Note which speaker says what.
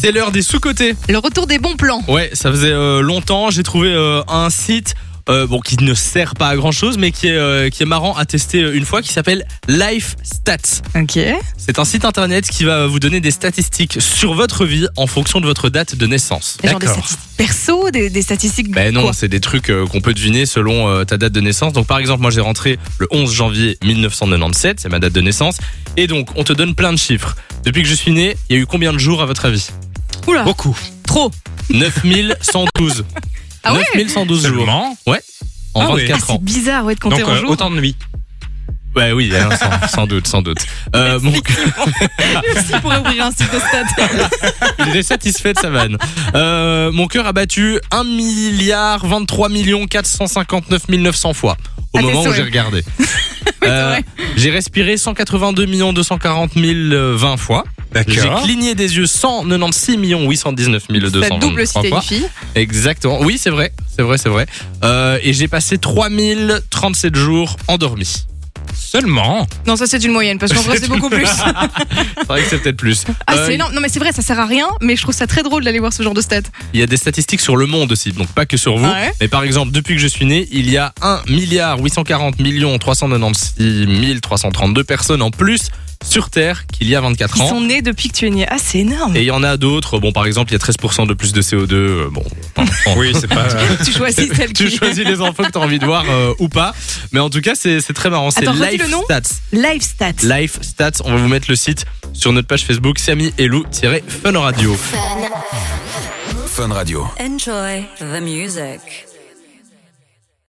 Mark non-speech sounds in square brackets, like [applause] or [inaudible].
Speaker 1: C'est l'heure des sous-cotés.
Speaker 2: Le retour des bons plans.
Speaker 1: Ouais, ça faisait euh, longtemps. J'ai trouvé euh, un site euh, bon, qui ne sert pas à grand chose, mais qui est, euh, qui est marrant à tester euh, une fois, qui s'appelle Life Stats.
Speaker 2: Ok.
Speaker 1: C'est un site internet qui va vous donner des statistiques sur votre vie en fonction de votre date de naissance.
Speaker 2: Genre des statistiques perso, des, des statistiques.
Speaker 1: Ben non,
Speaker 2: quoi
Speaker 1: c'est des trucs euh, qu'on peut deviner selon euh, ta date de naissance. Donc par exemple, moi j'ai rentré le 11 janvier 1997, c'est ma date de naissance. Et donc on te donne plein de chiffres. Depuis que je suis né, il y a eu combien de jours à votre
Speaker 2: [laughs]
Speaker 1: avis
Speaker 2: Oula,
Speaker 3: Beaucoup.
Speaker 2: trop.
Speaker 1: 9112.
Speaker 2: Ah ouais
Speaker 1: 9112 jours.
Speaker 3: Seulement.
Speaker 1: En
Speaker 3: Ah ouais.
Speaker 2: Ah,
Speaker 1: 24 ans.
Speaker 2: c'est bizarre ouais, de
Speaker 3: Donc
Speaker 2: compter en
Speaker 3: euh,
Speaker 2: jours. [laughs]
Speaker 3: autant de nuits.
Speaker 1: [laughs] Ouais, oui, hein, sans, sans doute, sans doute.
Speaker 2: [laughs]
Speaker 1: Euh, mon-
Speaker 2: Lui aussi pourrait ouvrir un site de stats.
Speaker 1: il est satisfait de sa vanne. Euh, mon cœur a battu 1 milliard 23 millions 459 900 fois au
Speaker 2: Ah, t'es
Speaker 1: moment où
Speaker 2: sauvé.
Speaker 1: j'ai
Speaker 2: [laughs]
Speaker 1: regardé. Euh,
Speaker 2: vrai.
Speaker 1: j'ai respiré 182 millions 240 000 euh, 20 fois. J'ai cligné des yeux 196 millions 819
Speaker 2: Ça
Speaker 1: 223
Speaker 2: double si t'es une
Speaker 1: fois.
Speaker 2: fille.
Speaker 1: Exactement. Oui, c'est vrai, c'est vrai, c'est vrai. Euh, et j'ai passé 3037 jours endormi.
Speaker 3: Seulement.
Speaker 2: Non, ça c'est une moyenne parce qu'en vrai c'est beaucoup plus. Ah,
Speaker 1: C'est vrai que c'est peut-être plus. Euh,
Speaker 2: c'est énorme. Non, mais c'est vrai, ça sert à rien, mais je trouve ça très drôle d'aller voir ce genre de stats.
Speaker 1: Il y a des statistiques sur le monde aussi, donc pas que sur vous.
Speaker 2: Ah ouais
Speaker 1: Mais par exemple, depuis que je suis né, il y a 1 milliard 840 millions 396 332 personnes en plus sur Terre qu'il y a 24
Speaker 2: Ils
Speaker 1: ans.
Speaker 2: sont nés depuis que tu es né. Ah, c'est énorme.
Speaker 1: Et il y en a d'autres. Bon, par exemple, il y a 13% de plus de CO2. euh, bon,
Speaker 3: Oui, c'est pas. euh,
Speaker 2: Tu choisis celle
Speaker 1: tu
Speaker 2: qui.
Speaker 1: choisis les infos que tu as envie de voir euh, ou pas. Mais en tout cas, c'est c'est très marrant. C'est
Speaker 2: Attends, redis
Speaker 1: Life
Speaker 2: le nom.
Speaker 1: Stats.
Speaker 2: Live stats.
Speaker 1: Life Stats. On va vous mettre le site sur notre page Facebook Samy et Lou-Fun Radio.
Speaker 4: Enjoy the music.